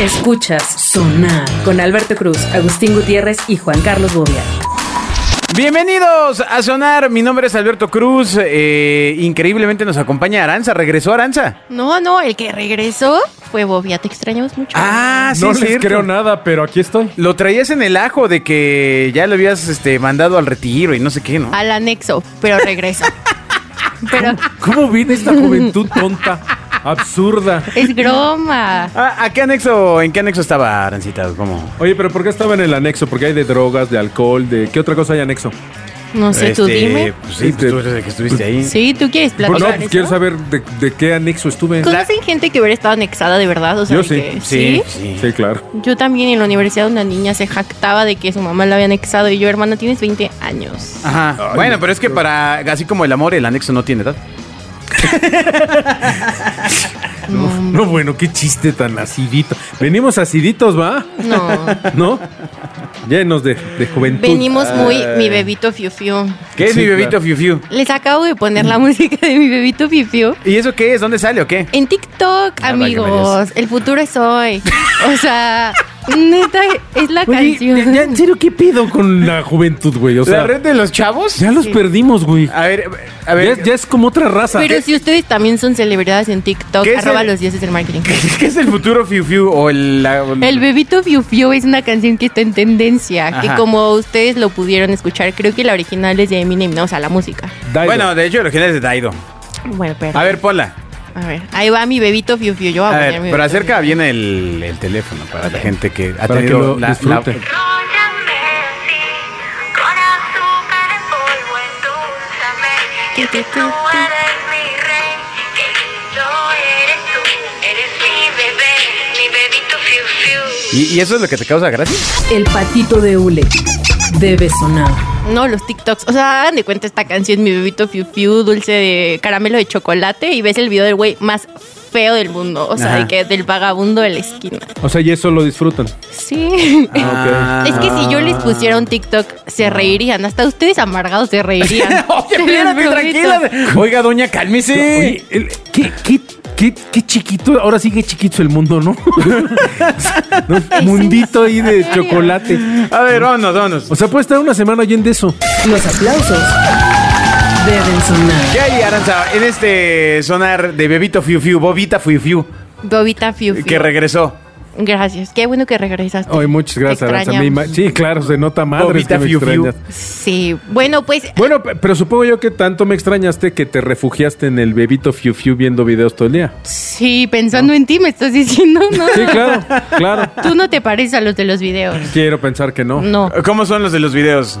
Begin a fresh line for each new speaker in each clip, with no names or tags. Escuchas Sonar con Alberto Cruz, Agustín Gutiérrez y Juan Carlos Bobia.
Bienvenidos a Sonar, mi nombre es Alberto Cruz, eh, increíblemente nos acompaña Aranza, regresó Aranza.
No, no, el que regresó fue Bob. Ya te extrañamos mucho.
Ah, sí,
no
es
les
cierto.
creo nada, pero aquí estoy.
Lo traías en el ajo de que ya lo habías este, mandado al retiro y no sé qué, ¿no?
Al anexo, pero regreso. pero
¿Cómo viene esta juventud tonta, absurda?
es broma.
Ah, ¿A qué anexo, en qué anexo estaba Arancita? ¿Cómo?
Oye, pero ¿por qué estaba en el anexo? Porque hay de drogas, de alcohol, de qué otra cosa hay anexo.
No sé, tú
Este,
dime.
pues sí, pues tú eres el que estuviste ahí.
Sí, tú quieres
Pues no,
platicar.
pues
eso?
quiero saber de, de qué anexo estuve.
¿Conocen gente que hubiera estado anexada de verdad? O sea,
Yo
de
sí,
que-
Sí,
¿sí?
sí.
Sí, claro.
Yo también en la universidad una niña se jactaba de que su mamá la había anexado y yo, hermana, tienes 20 años.
Ajá.
Ay,
bueno,
no,
pero es que
pero-
para, así como el amor, el anexo no tiene edad.
No,
No, bueno, qué chiste tan acidito. Venimos aciditos, ¿va?
no.
¿No? Llenos de, de juventud. Ah,
Venimos muy
Ay.
mi bebito fiu fiu.
¿Qué es
Sí,
mi bebito
claro.
Fiu Fiu?
Les acabo de poner la música de mi bebito fiu fiu.
¿Y eso qué es? ¿Dónde sale o qué?
En TikTok,
Ah, para que me
amigos. El futuro es hoy. O sea, neta, es la
Oye, ya,
canción.
ya, en serio, ¿qué pido con la juventud, güey? O
¿La
sea,
red de los chavos?
ya los perdimos, güey.
A ver, a ver.
Ya, ya es como otra raza. Eh,
Pero si ustedes también son celebridades en TikTok,
¿Qué es
arroba
el-
los dioses del marketing.
¿Qué es el futuro Fiu Fiu o el... la-
El bebito Fiu Fiu es una canción que está en tendencia, que
Ajá.
como ustedes lo pudieron escuchar, creo que la original es de Eminem, ¿no? o sea, la música.
Daido.
Bueno, de hecho, el original es de Daido.
Bueno, pero
A ver, ponla.
a ver, ahí va mi bebito Fiu Fiu, yo voy a,
A
poner
ver,
mi
pero
bebito
acerca
Fiu Fiu.
bien el, el teléfono para la gente que ha
para que
tenido
lo
la- la,
disfrute.
Róllame así, con azúcar en polvo endulzame, que que tú eres mi rey, que lindo eres tú, eres mi bebé, mi bebito fiu fiu.
¿Y, y eso es lo que te causa gracia?
El patito de hule debe sonar.
No, los TikToks. O sea, hagan de cuenta esta canción, mi bebito fiu fiu, dulce de caramelo de chocolate, y ves el video del güey más feo del mundo. O sea,
Ajá.
de que del vagabundo de la esquina.
O sea, y eso lo disfrutan.
Sí.
Ah,
Es que si yo les pusiera un TikTok, se reirían. Hasta ustedes amargados se reirían.
Oye,
Se los
espérate,
prometo.
tranquila. Oiga, doña, cálmese.
Oye, el- ¿qué, qué, qué, qué chiquito, ahora sigue chiquito el mundo, ¿no? ¿No? Mundito ahí de chocolate.
a ver, vámonos, vámonos.
O sea, puede estar una semana oyendo eso.
Los aplausos deben sonar.
¿Qué hay, Aranza, en este sonar de Bebito Fiu Fiu, Bobita Fiu Fiu,
Bobita fiu fiu.
que regresó?
Gracias. Qué bueno que regresaste.
Ay, muchas gracias,
Te
Aranza. Me
extrañamos.
ima- Sí, claro, se nota madre
Bobita
que me
fiu fiu.
extrañas.
Sí. Bueno, pues
Bueno, pe- pero supongo yo que tanto me extrañaste que te refugiaste en el bebito Fiu Fiu viendo videos todo el día.
sí, pensando en ti, me estás diciendo, ¿no?
Sí, claro, claro.
Tú no te pareces a los de los videos.
Quiero pensar que no.
No.
¿Cómo son los de los videos?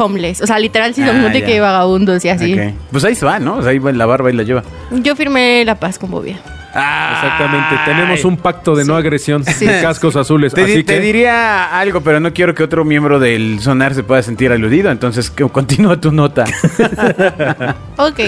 homeless. O sea, literal, si son
Ah,
gente
ya.
que vagabundos y así.
Ok. Pues ahí se va, ¿no? O sea, ahí va en la barba y la lleva.
Yo firmé la paz con Bobia.
Exactamente. Tenemos un pacto de no agresión
Sí.
de cascos azules.
Te,
así
di- te
que
diría algo, pero no quiero que otro miembro del sonar se pueda sentir aludido, entonces que- continúa tu nota.
Ok.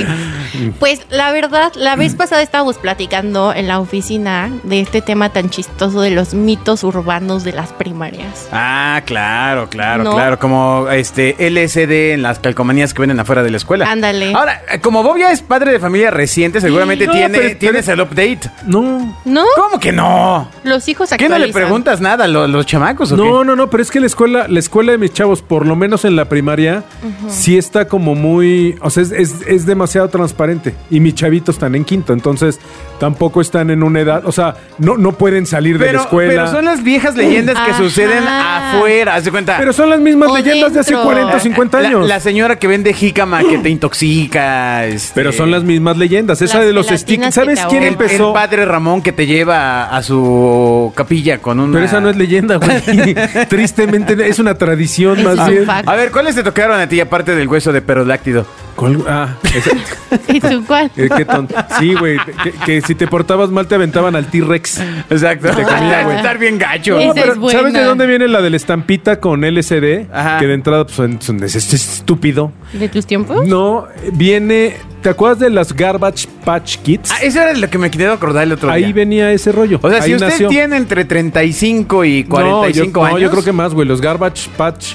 Pues la verdad, la vez pasada estábamos platicando en la oficina de este tema tan chistoso de los mitos urbanos de las primarias.
ah, claro, claro,
No.
claro. Como este LSD en las calcomanías que venden afuera de la escuela.
Ándale.
Ahora, eh, como Bob ya es padre de familia reciente, seguramente
No,
tiene,
pero-
tienes el update.
No.
¿No?
¿Cómo que no?
Los hijos
¿Qué no
actualizan.
le preguntas nada a lo- los chamacos o
No,
qué?
no, no, pero es que la escuela, la escuela de mis chavos, por lo menos en la primaria, sí está como muy, o sea, es, es- es demasiado transparente. Y mis chavitos están en quinto, entonces tampoco están en una edad, o sea, no, no pueden salir de la
Pero,
escuela.
pero son las viejas leyendas que
Ajá.
suceden afuera, haz de cuenta.
Pero son las mismas
O
leyendas de hace
dentro.
40 o 50
La-
años.
La, señora que vende jícama que te intoxica. este,
pero son las mismas leyendas. Esa
Las
de los
gelatinas
stickers.
que
¿Sabes
te
quién
El,
ahogan.
el
empezó?
padre Ramón que te lleva a su capilla con una.
Pero esa no es leyenda, güey. Tristemente, es una tradición
Ese es
más
un
bien.
fact.
A ver, ¿cuáles te tocaron a ti aparte del hueso de perodáctido?
¿Cuál- Ah, esa-
¿Y tú cuál?
eh, qué tonto. Sí, güey. Que, que si te portabas mal te aventaban al T-Rex.
Exacto.
Te comía, güey.
Estar bien gacho.
Ese-
No,
Esa
pero
es buena.
¿Sabes de dónde viene la de la estampita con LCD?
Ajá.
Que de entrada pues, son- son- es, es estúpido.
¿De tus tiempos?
No, viene. ¿Te acuerdas de las Garbage Patch Kids?
Ah, eso era lo que me quedé de acordar el otro
Ahí
día.
venía ese rollo.
O sea,
Ahí
si usted
nació.
tiene entre 35 y 45
no, yo,
años.
No, yo creo que más, güey. Los Garbage Patch.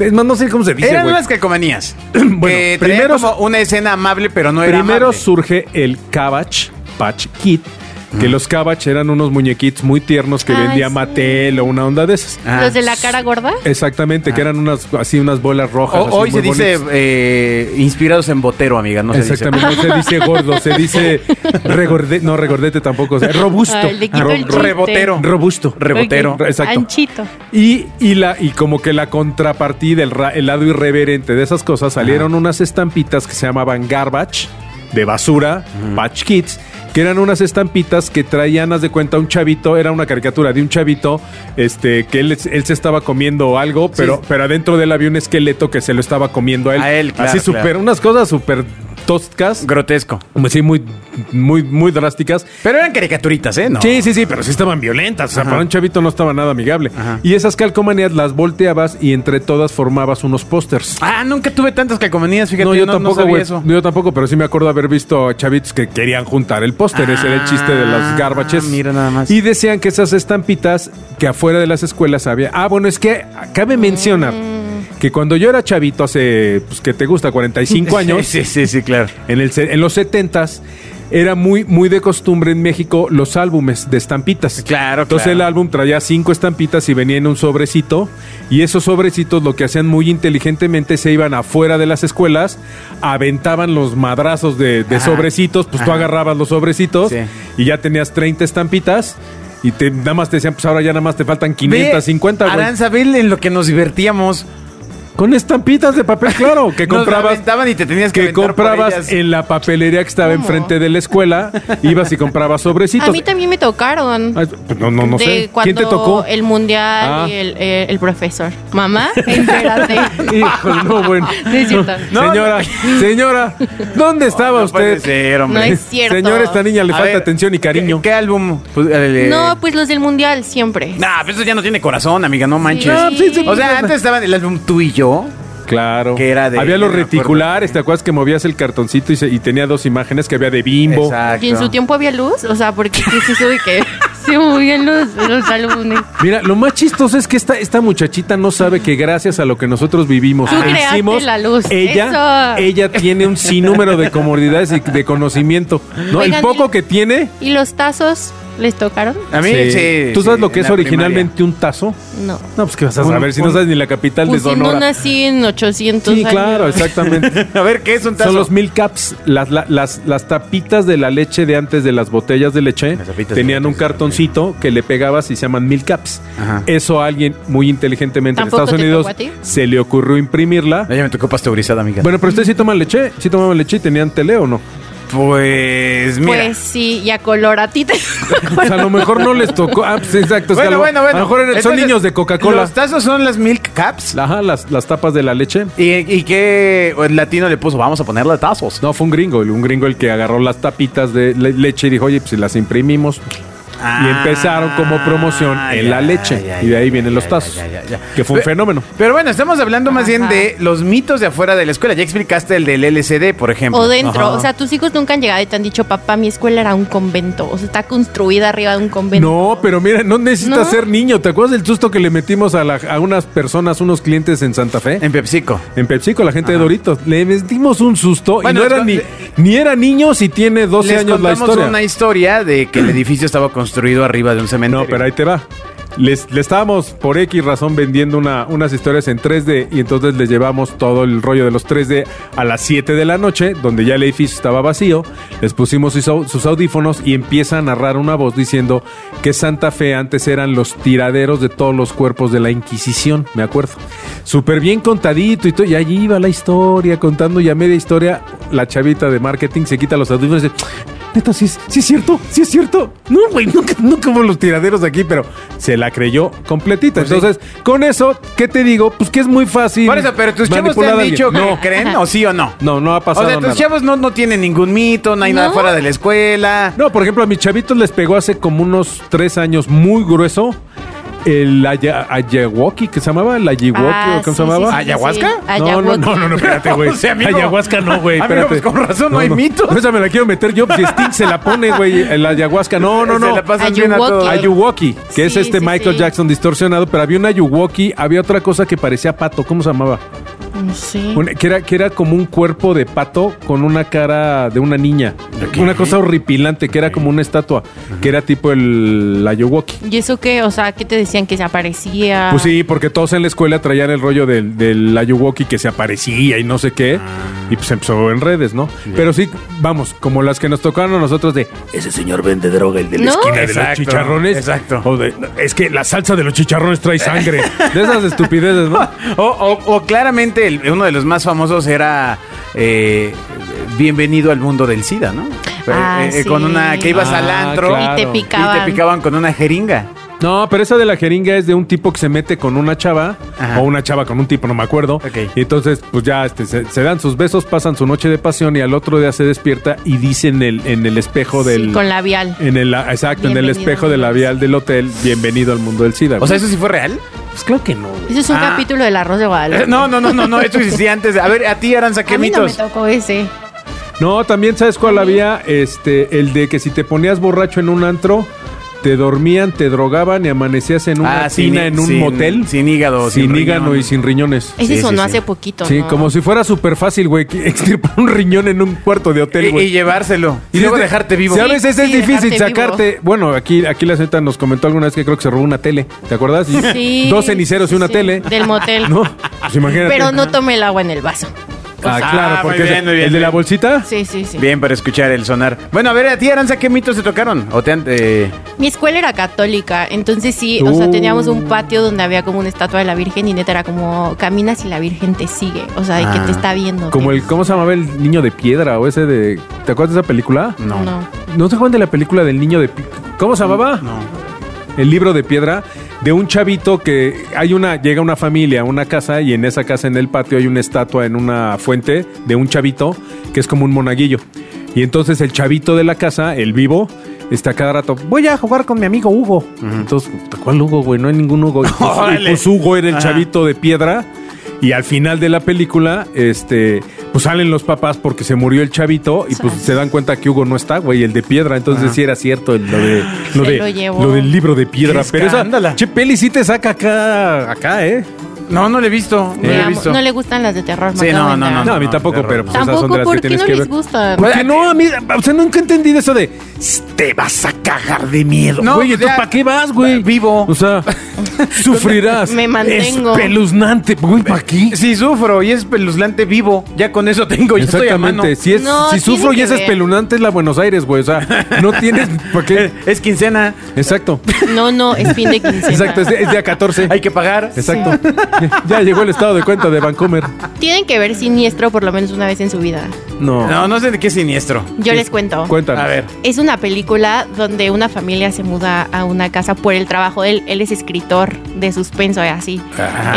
Es más, no sé cómo se dice,
Eran
güey.
unas calcomanías.
Bueno,
que Eh, traían
primero-
como una escena amable, pero no era
Primero
amable.
surge el Cabbage Patch Kid, que
Mm.
los Cavach eran unos muñequitos muy tiernos que
Ay,
vendía
sí.
Mattel o una onda de esas.
Ah.
¿Los de la cara gorda?
Exactamente, que eran unas así unas bolas rojas.
O-
así
hoy se
muy
dice
bonitas.
eh, inspirados en Botero, amiga, no se dice.
Exactamente, no se dice gordo, se dice regordete, no regordete tampoco, o sea, robusto.
Ay, le quito Ah, el
Ro-
chiste.
Rebotero.
Robusto.
Rebotero.
Ok. Exacto.
Anchito.
Y, y, la, y como que la contrapartida, el, ra- el lado irreverente de esas cosas, salieron unas estampitas que se llamaban Garbage, de basura, Patch Kids, que eran unas estampitas que traían, haz de cuenta, un chavito, era una caricatura de un chavito, este, que él, es- él se estaba comiendo algo, pero, pero adentro de él había un esqueleto que se lo estaba comiendo a él.
A él, claro,
Así súper,
claro.
unas cosas súper toscas,
Grotesco.
sí, muy, muy, muy drásticas.
Pero eran caricaturitas, ¿eh? No.
Sí, sí, sí, pero sí estaban violentas. O sea,
Ajá.
para un chavito no estaba nada amigable.
Ajá.
Y esas calcomanías las volteabas y entre todas formabas unos pósters.
Ah, nunca tuve tantas calcomanías, fíjate.
no, yo tampoco,
sabía
güey.
eso.
yo tampoco, pero sí me acuerdo haber visto a chavitos que querían juntar el póster. Ese era el chiste de
Ah,
las garbaches.
mira nada más.
Y decían que esas estampitas que afuera de las escuelas había. Ah, bueno, es que cabe mencionar
Mm.
que cuando yo era chavito hace, pues, que te gusta, 45 años.
Sí, sí, sí, sí, claro.
En, el, se- en los 70s era muy, muy de costumbre en México los álbumes de estampitas.
Claro,
Entonces
claro.
el álbum traía cinco estampitas y venía en un sobrecito. Y esos sobrecitos lo que hacían muy inteligentemente se iban afuera de las escuelas, aventaban los madrazos de, de
Ajá.
sobrecitos, pues tú
Ajá.
agarrabas los sobrecitos
Sí.
y ya tenías 30 estampitas. Y te, nada más te decían, pues ahora ya nada más te faltan 550, güey.
Aranza, ve en lo que nos divertíamos.
Con estampitas de papel, claro, que
Nos
comprabas.
aventaban y te tenías que
que
aventar por ellas.
comprabas en la papelería que estaba
¿Cómo?
enfrente de la escuela, ibas y comprabas sobrecitos.
A mí también me tocaron.
Ay, pues no, no, no
De
sé.
cuando
¿Quién te tocó?
El mundial
Ah.
y el, eh, el profesor. Mamá, entérate.
Híjole, no, bueno.
No es cierto.
No, señora, señora, ¿dónde estaba
No puede
usted?
ser, hombre.
No es cierto.
Señora, esta niña le
A
falta
ver,
atención y cariño.
¿Qué, qué álbum? Pues, eh,
No, pues los del mundial siempre.
Nah, pero eso ya no tiene corazón, amiga, no manches.
No, sí, sí.
O sea, antes estaban el álbum Tú y yo.
Claro.
Que era de-
había los
me acuerdo.
reticulares, ¿te acuerdas que movías el cartoncito y, se- y tenía dos imágenes que había de bimbo?
Exacto.
Y en su tiempo había luz, o sea, porque es eso de que se movían los, los álbumes.
Mira, lo más chistoso es que esta, esta muchachita no sabe que gracias a lo que nosotros vivimos
Tú
e
creaste
hicimos,
la luz.
Ella,
Eso.
ella tiene un sinnúmero de comodidades y de conocimiento. ¿no?
Oigan,
el poco
y-
que tiene.
¿Y los tazos les tocaron?
A mí, sí.
Sí. ¿Tú sabes
sí,
lo que
en
es
la
originalmente un tazo?
No.
No, pues que vas a
Un-
saber si
un-
no sabes ni la capital de
Pues si no
Sonora.
nací en 800
sí,
años.
claro, exactamente.
primaria. A ver, ¿qué es un tazo?
Son los mil caps, las, la- las, las tapitas de la leche de antes de las botellas de leche.
Las tapitas de
Tenían
leche,
un
sí.
cartoncito que le pegabas y se llaman mil caps.
Ajá.
Eso a alguien muy inteligentemente en
¿Tampoco
Estados
te
Unidos
tocó a ti?
se le ocurrió imprimirla.
No, ya me tocó pasteurizada, amiga.
Bueno, pero ustedes sí toman leche, sí tomaban leche y tenían tele o no.
pues mira.
Pues sí, y a color a ti te
Pues a lo mejor no les tocó. Ah, pues exacto. es que
bueno,
a lo-
bueno, bueno.
A lo mejor eran- son
Entonces,
niños de Coca-Cola.
Los tazos son las Milk Caps.
Ajá, las, las tapas de la leche.
¿Y, y qué el latino le puso? Vamos a ponerle tazos.
No, fue un gringo, un gringo el que agarró las tapitas de le- leche y dijo, oye, pues si las imprimimos. y
Ah,
empezaron como promoción en la leche. y de ahí vienen los tazos. Que fue un
Pe-
fenómeno.
Pero bueno, estamos hablando más bien
Ajá.
de los mitos de afuera de la escuela. Ya explicaste el del LCD, por ejemplo.
O dentro,
Ajá.
o sea, tus hijos nunca han llegado y te han dicho, papá, mi escuela era un convento, o sea, está construida arriba de un convento.
No, pero mira, no necesitas
No.
ser niño. ¿Te acuerdas del susto que le metimos a, la- a unas personas, unos clientes en Santa Fe?
En PepsiCo.
En PepsiCo, la gente de Doritos. Le metimos un susto
Bueno,
y no era
les-
ni, ni era niño si tiene 12
Les
años la
contamos
historia.
una historia de que el edificio estaba construido arriba de un cementerio.
No, pero ahí te va. Les, le estábamos por X razón vendiendo una, unas historias en 3D y entonces les llevamos todo el rollo de los 3D a las 7 de la noche, donde ya el edificio estaba vacío, les pusimos sus, au- sus audífonos y empieza a narrar una voz diciendo que Santa Fe antes eran los tiraderos de todos los cuerpos de la Inquisición, me acuerdo. Súper bien contadito y todo, y allí iba la historia, contando y a media historia, la chavita de marketing se quita los audífonos y dice... Neta, sí, es- sí es cierto, sí es cierto. No, güey, nunca, nunca hubo los tiraderos de aquí, pero se la creyó completita.
Pues sí.
Entonces, con eso, ¿qué te digo? Pues que es muy fácil.
Por eso, pero tus chavos te
manipular
han
a alguien.
dicho que
No,
creen, o sí o no.
no, no ha
O
pasado
sea, tus
nada.
chavos no, no tienen ningún mito, no hay nada
No.
fuera de la escuela.
No, por ejemplo, a mis chavitos les pegó hace como unos tres años muy grueso el aya- ayahuasca, que se llamaba el ayahuasca,
Ah,
¿o ¿cómo
sí,
se llamaba?
sí, sí, sí,
¿Ayahuasca?
sí.
No, no,
Ayahuasca.
no, no, no, espérate, güey.
O sea, amigo.
ayahuasca no, güey.
Amigo,
Espérate.
pues, con razón no hay mitos.
Pues, Esa me la quiero meter yo. Si Sting se la pone, güey, el ayahuasca. No, no, no.
Se la pasan bien a todos.
Ayuwoki.
Ayuwoki, que es
Sí,
este
sí,
Michael
sí.
Jackson distorsionado, pero había un Ayuwoki, había otra cosa que parecía pato, ¿cómo se llamaba?
No sé.
Una- que, era, que era como un cuerpo de pato con una cara de una niña.
Ok.
Una cosa horripilante, que era como una estatua, que era tipo el Ayowoki.
¿Y eso qué? O sea, ¿qué te decían que se aparecía?
Pues sí, porque todos en la escuela traían el rollo del, del Ayuwoki que se aparecía y no sé qué. Y pues empezó en redes, ¿no? Pero sí, vamos, como las que nos tocaron a nosotros de ese señor vende droga, el de la
¿No?
esquina de los
Exacto,
chicharrones.
exacto.
O de, es que la salsa de los chicharrones trae sangre. De esas estupideces, ¿no?
O, o- o claramente el- uno de los más famosos era eh, Bienvenido al mundo del SIDA, ¿no? Eh,
Ah, sí.
Con una que ibas
Ah,
al antro
claro.
Y te
y te
picaban.
picaban con una jeringa.
No, pero esa de la jeringa es de un tipo que se mete con una chava
Ajá.
o una chava con un tipo, no me acuerdo.
Ok.
Y entonces, pues ya este, se, se dan sus besos, pasan su noche de pasión y al otro día se despierta y dice en el, en el espejo
Sí,
del.
con labial.
En el, exacto, en el
Bienvenido
espejo
al
del
mundo del
labial del hotel, bienvenido al mundo del SIDA.
O sea, ¿eso sí fue real?
pues claro que no.
Ese es un
Ah.
capítulo del arroz de Guadalupe.
Eh, No, no, no, no, no, eso existía antes. A ver, a ti, Aranza, ¿qué
A mí no me
mitos?
tocó ese.
No, también sabes cuál había, este, el de que si te ponías borracho en un antro, te dormían, te drogaban y amanecías en una
Ah, sin-
tina en un
sin-
motel.
sin hígado,
sin,
sin
hígado
riñón.
y sin riñones.
Ese
Sí,
sonó
sí, sí.
hace poquito.
Sí,
¿no?
como si fuera súper fácil, güey, que extirpar un riñón en un cuarto de hotel,
Y,
güey.
y llevárselo. Y luego
desde-
dejarte vivo.
Si a veces
Sí,
es
sí,
difícil
dejarte
sacarte. Bueno, aquí, aquí la señorita nos comentó alguna vez que creo que se robó una tele. ¿Te acuerdas? Y
Sí,
Dos ceniceros
sí,
y una
sí,
tele.
Del motel.
No, pues imagínate.
Pero no tomé el agua en el vaso.
Ah,
Ah,
claro,
muy
porque
bien,
es-
muy bien,
el de la
bien.
bolsita.
Sí, sí, sí.
Bien para escuchar el sonar. Bueno, a ver, a ti, Aranza, ¿qué mitos te tocaron? O te han- eh,
Mi escuela era católica, entonces sí, o sea,
Uh.
teníamos un patio donde había como una estatua de la Virgen y neta era como caminas y la Virgen te sigue, o sea, de que
Ah,
te está viendo.
Como
que-
el, ¿cómo se llamaba el niño de piedra o ese de. ¿Te acuerdas de esa película?
No.
No.
¿No se acuerdan de la película del niño de pi- ¿Cómo
Mm,
se llamaba? El libro de piedra de un chavito que hay una llega una familia a una casa y en esa casa en el patio hay una estatua en una fuente de un chavito que es como un monaguillo. Y entonces el chavito de la casa, el vivo, está cada rato, voy a jugar con mi amigo Hugo. Entonces, ¿cuál Hugo, güey? No hay ningún Hugo. Y pues,
Órale.
pues Hugo era el
Ajá.
chavito de piedra. Y al final de la película, este, pues salen los papás porque se murió el chavito y pues
Sas.
se dan cuenta que Hugo no está, güey, el de piedra. Entonces sí era cierto el- lo, de, lo,
Se
de-
lo llevó.
lo del libro de piedra.
¡Qué
Pero
escándala!
esa che, peli sí te saca acá, acá, ¿eh?
No, no lo he visto. No
Me
lo he
amo-
visto.
no le gustan las de terror,
Sí,
me acabo
no,
de
no,
enterar.
No, a mí
no,
tampoco,
terror.
pero pues esas
Tampoco,
son de las
¿por
que
qué
tienes
no
que
les
ver.
gustan?
Porque no, a mí, o sea, nunca entendí eso de te vas a cagar de miedo.
No,
No, güey,
pues
¿entonces
ya-
para qué vas, güey?
Vivo.
O sea, sufrirás.
Me mantengo.
Espeluznante, güey, ¿para qué?
Si sufro y es peluzlante vivo, ya con eso tengo, ya Pues estoy a mano.
Exactamente. Si, es,
No,
si
tiene
sufro y
que
es
ver.
espeluznante, es la Buenos Aires, güey. O sea, no tienes. ¿Por qué?
Eh, Es quincena,
Exacto.
No, no, es fin de quincena.
Exacto. Es, de- es día 14.
hay que pagar.
Exacto. Ya llegó el estado de cuenta de Vancomer.
Tienen que ver siniestro por lo menos una vez en su vida.
No.
No, no sé de qué siniestro.
Yo les cuento.
Cuéntanos.
A ver.
Es una película donde una familia se muda a una casa por el trabajo. Él, él es escritor de suspenso y así.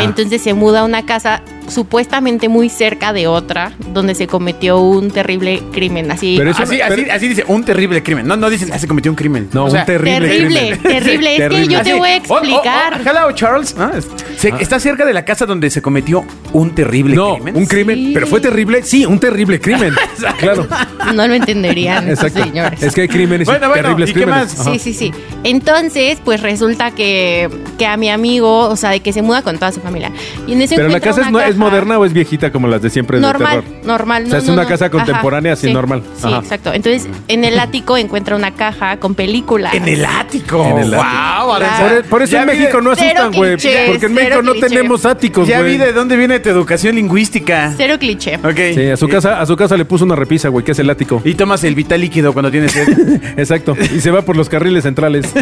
Entonces se muda a una casa supuestamente muy cerca de otra donde se cometió un terrible crimen. Así.
Pero eso-
así, así, así dice, un terrible crimen. No, no dicen, ah, se cometió un crimen.
No,
O
un
sea,
terrible.
terrible, terrible.
crimen.
Es
Terrible.
que yo te
así,
voy
"Oh, oh,
a
oh,
explicar.
hello, Charles. Ah.
Ah,
¿no? Es- se- Está cerca de la casa donde se cometió un terrible
No,
crimen.
un crimen.
Sí.
Pero fue terrible. Sí, un terrible crimen. claro.
No lo entenderían estos
Exacto.
señores.
Es que hay crímenes. y
Bueno, bueno,
terribles
¿y qué
crímenes.
más?
Ajá.
Sí, sí, sí. Entonces, pues resulta que, que a mi amigo, o sea, de que se muda con toda su familia. Y en ese
Pero la
encuentra
casa es,
una
no- es moderna o es viejita como las de siempre de
normal,
terror?
normal.
O sea,
no,
es
no,
una
no.
casa
Ajá,
contemporánea, así
sí.
normal.
Sí,
Ajá.
exacto. Entonces, en el ático encuentra una caja con películas.
En el ático.
En el ático.
Wow, Aranza.
Por, e, por eso
Ya
en
vi de-
México no
cero
asustan, güey.
clichés,
Porque en
cero
México no
clichés.
tenemos áticos,
Ya vi
güey.
de dónde viene tu educación lingüística.
Cero cliché.
Ok. Eh,
Sí, a su casa, a su casa le puso una repisa, güey, que es el ático.
Y tomas el vital líquido cuando tienes sed.
Exacto. Y se va por los carriles centrales.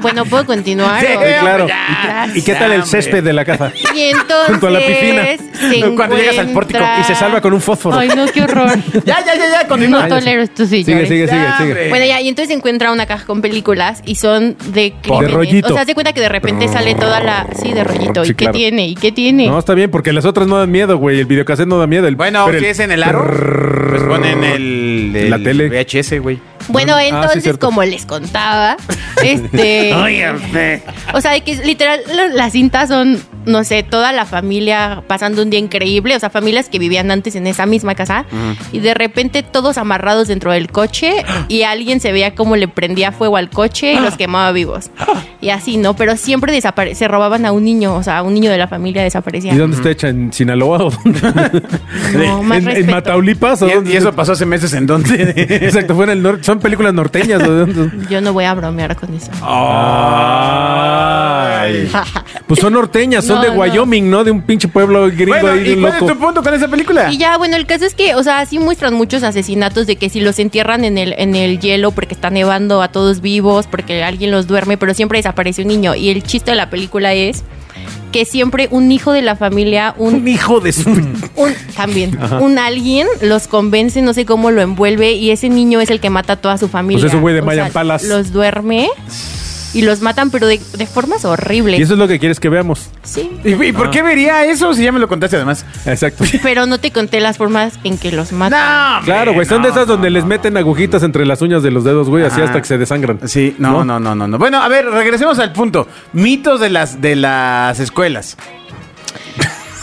Bueno, ¿puedo continuar?
Sí,
o-
hombre,
claro.
ya,
¿Y qué tal el
hombre.
césped de la casa?
Y entonces.
Junto a la piscina.
se
Cuando llegas al pórtico
y se salva con un fósforo.
Ay, no, qué horror.
Ya, ya, ya, ya,
No
continúa.
tolero estos
Sigue,
señores.
sigue, sigue,
Ya,
sigue.
hombre.
Bueno, ya, y entonces encuentra una caja con películas y son de crímenes.
rollito.
O sea, se cuenta que de repente sale toda la. Sí, de rollito.
Sí,
¿Y qué
claro.
tiene? ¿Y qué tiene?
No, está bien, porque las otras no dan miedo, güey. El videocassette no da miedo. El,
Bueno,
pero
si es en el aro, pues ponen el, el
La tele.
VHS, güey.
Bueno,
Ah, sí,
entonces,
cierto.
como les contaba, este. o sea, de que es literal, la- las cintas son no sé, toda la familia pasando un día increíble, o sea, familias que vivían antes en esa misma casa, y de repente todos amarrados dentro del coche, y alguien se veía como le prendía fuego al coche y los quemaba vivos. Y así, ¿no? Pero siempre desapare- se robaban a un niño, o sea, a un niño de la familia desaparecía.
¿Y dónde está hecha? ¿En Sinaloa o dónde?
No, más
¿En, en
respeto.
Mataulipas? ¿o dónde?
Y, y eso pasó hace meses en donde.
Exacto, fue en el norte. Son películas norteñas. ¿o dónde?
Yo no voy a bromear con eso.
Ay. Pues son norteñas, son
No,
de
no.
Wyoming, ¿no? De un pinche pueblo gringo
bueno,
ahí,
¿y cuál
loco.
es tu punto con esa película?
Y ya, bueno, el caso es que, o sea, sí muestran muchos asesinatos de que si los entierran en el, en el hielo porque está nevando a todos vivos, porque alguien los duerme, pero siempre desaparece un niño. Y el chiste de la película es que siempre un hijo de la familia, un, Mm.
hijo de su.
un- también, un alguien los convence, no sé cómo lo envuelve, y ese niño es el que mata a toda su familia.
Pues es un güey de
O
Mayan
sea,
Palace.
Los duerme y los matan, pero de, de formas horribles.
Y eso es lo que quieres que veamos.
Sí.
¿Y, y
Ah.
por qué vería eso si ya me lo contaste además?
Exacto.
Pero no te conté las formas en que los matan.
No,
Claro, güey, son de esas donde les meten agujitas entre las uñas de los dedos, güey, así
Ajá.
hasta que se desangran.
Sí, no, no, no, no, no. Bueno, a ver, regresemos al punto. Mitos de las de las escuelas.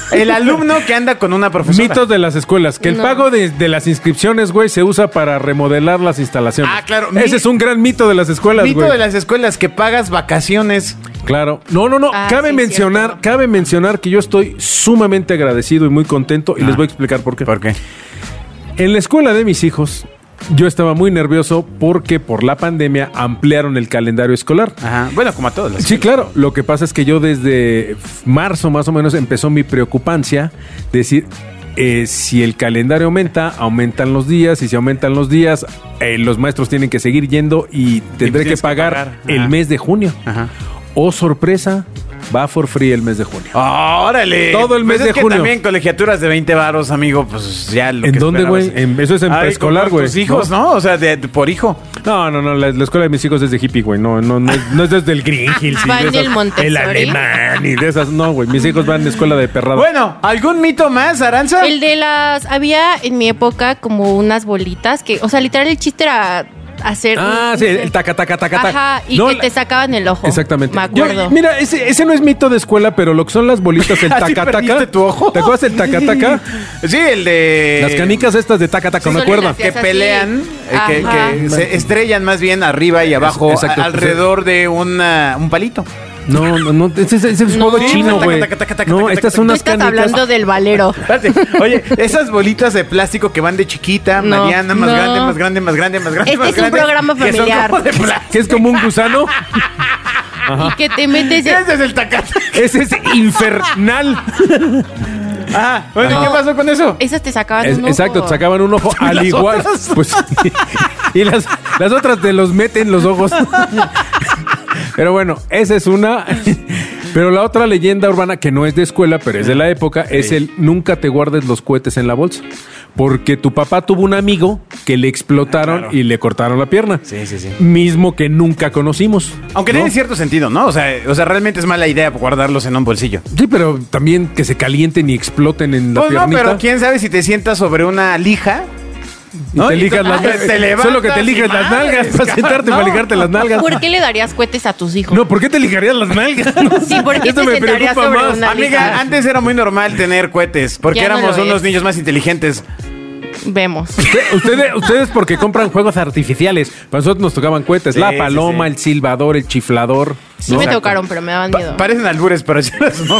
El alumno que anda con una profesora.
Mitos de las escuelas. Que el
No.
pago de, de las inscripciones, güey, se usa para remodelar las instalaciones.
Ah, claro. Mi-
Ese es un gran mito de las escuelas, güey.
Mito de las escuelas que pagas vacaciones.
Claro. No, no, no.
Ah,
cabe
sí,
mencionar,
cierto.
cabe mencionar que yo estoy sumamente agradecido y muy contento y les voy a explicar por qué.
Ah. qué?
En la escuela de mis hijos, yo estaba muy nervioso porque por la pandemia ampliaron el calendario escolar.
Ajá. Bueno, como a todos. las-
Sí, claro. Lo que pasa es que yo desde marzo más o menos empezó mi preocupancia. Decir, eh, si el calendario aumenta, aumentan los días. Y si aumentan los días, eh, los maestros tienen que seguir yendo y tendré que
tienes que
pagar,
pagar. Ajá.
el mes de junio.
Ajá.
O sorpresa, va for free el mes de junio.
Órale.
Todo el mes
Pues es
de
que
junio.
también colegiaturas de 20 varos, amigo, pues ya lo
¿En
que
dónde,
esperabas.
güey? En- eso es en
Ay,
preescolar,
con
güey,
Tus hijos, ¿no? O sea, de- de- por hijo.
No, no, no, la, la escuela de mis hijos es de hippie, güey. No, no, no, es- no es desde el Green Hills. y
Van
de
del Montessori.
El alemán y de esas. No, güey. Mis hijos van a escuela de perrado.
Bueno, ¿algún mito más, Aranza?
El de las. Había en mi época como unas bolitas que. O sea, literal, el chiste era hacer.
Ah,
no
sí,
sé.
el taca, taca, taca, taca.
Ajá, y
No,
que
la-
te sacaban el ojo.
Exactamente.
Me
Yo-
acuerdo.
mira, ese, ese no es mito de escuela, pero lo que son las bolitas, el
¿Así perdiste
tacataca.
tu ojo?
¿Te acuerdas del tacataca?
Sí, el de...
Las canicas estas de tacataca,
Sí,
¿me
son
acuerdo?
las
que
Hacías así.
pelean, eh, que,
Ajá.
que se estrellan más bien arriba y abajo,
exacto,
a- alrededor de una, un palito.
No, no, no. Ese, ese- ese es
No.
juego
Sí,
chino,
taca,
güey.
taca, taca, taca,
No,
taca,
estas
taca,
son
Tú
unas
estás
canicas.
hablando del valero.
Espérate, Oye, esas bolitas de plástico que van de chiquita,
No,
Mariana, más
no.
grande, más grande, más grande, más grande.
Este
más
es un
grande,
programa
que son
familiar.
como de plástico.
Que es como un gusano. Ah.
Y que te metes.
Ese es el tacataca.
Ese es infernal.
Ah, bueno, ¿qué pasó con eso?
Esas te sacaban
Ah,
Es-
un ojo.
exacto, te sacaban un ojo al igual. Pues, y las, las otras te los meten los ojos. Pero bueno, esa es una. Pero la otra leyenda urbana que no es de escuela, pero es de la época, es el nunca te guardes los cohetes en la bolsa. Porque tu papá tuvo un amigo que le explotaron
Ah, Claro.
y le cortaron la pierna.
Sí, sí, sí.
Mismo que nunca conocimos.
Aunque
¿no?
tiene cierto sentido, ¿no? O sea, eh, o sea, realmente es mala idea guardarlos en un bolsillo.
Sí, pero también que se calienten y exploten en la
Pues no,
piernita.
pero quién sabe si te sientas sobre una lija. ¿no?
Te
Y
lijas
tú-
las
ah, te
nalgas.
levantas
Solo que te
y
lijas las
madres,
nalgas para
cabrón,
sentarte, para
no.
ligarte las nalgas.
¿Por qué le darías cohetes a tus hijos?
No, ¿por qué te ligarías las nalgas?
Sí, ¿por qué
Esto
te
me
sentarías
preocupa
sobre
más.
una
Amiga,
lija?
antes era muy normal tener cohetes, porque
Ya no
éramos
lo
unos
es.
niños más inteligentes.
Vemos.
Usted- Ustedes, ustedes porque compran juegos artificiales. Para nosotros nos tocaban cohetes.
Sí,
la
sí,
paloma,
sí.
el silbador, el chiflador.
Sí
¿no?
me
Exacto.
tocaron, pero me daban
Pa-
miedo.
parecen albures, pero sí las no.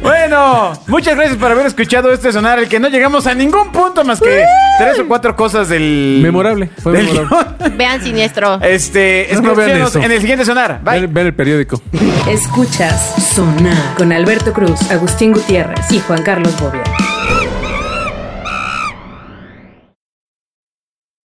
bueno, muchas gracias por haber escuchado este sonar, el que no llegamos a ningún punto más que tres o cuatro cosas del...
Memorable, fue
del
memorable.
guión.
Vean siniestro.
Este,
No, no vean
escúchenos
eso.
en el siguiente sonar. Bye.
Ven, ven el periódico.
Escuchas Sonar con Alberto Cruz, Agustín Gutiérrez y Juan Carlos Bobia.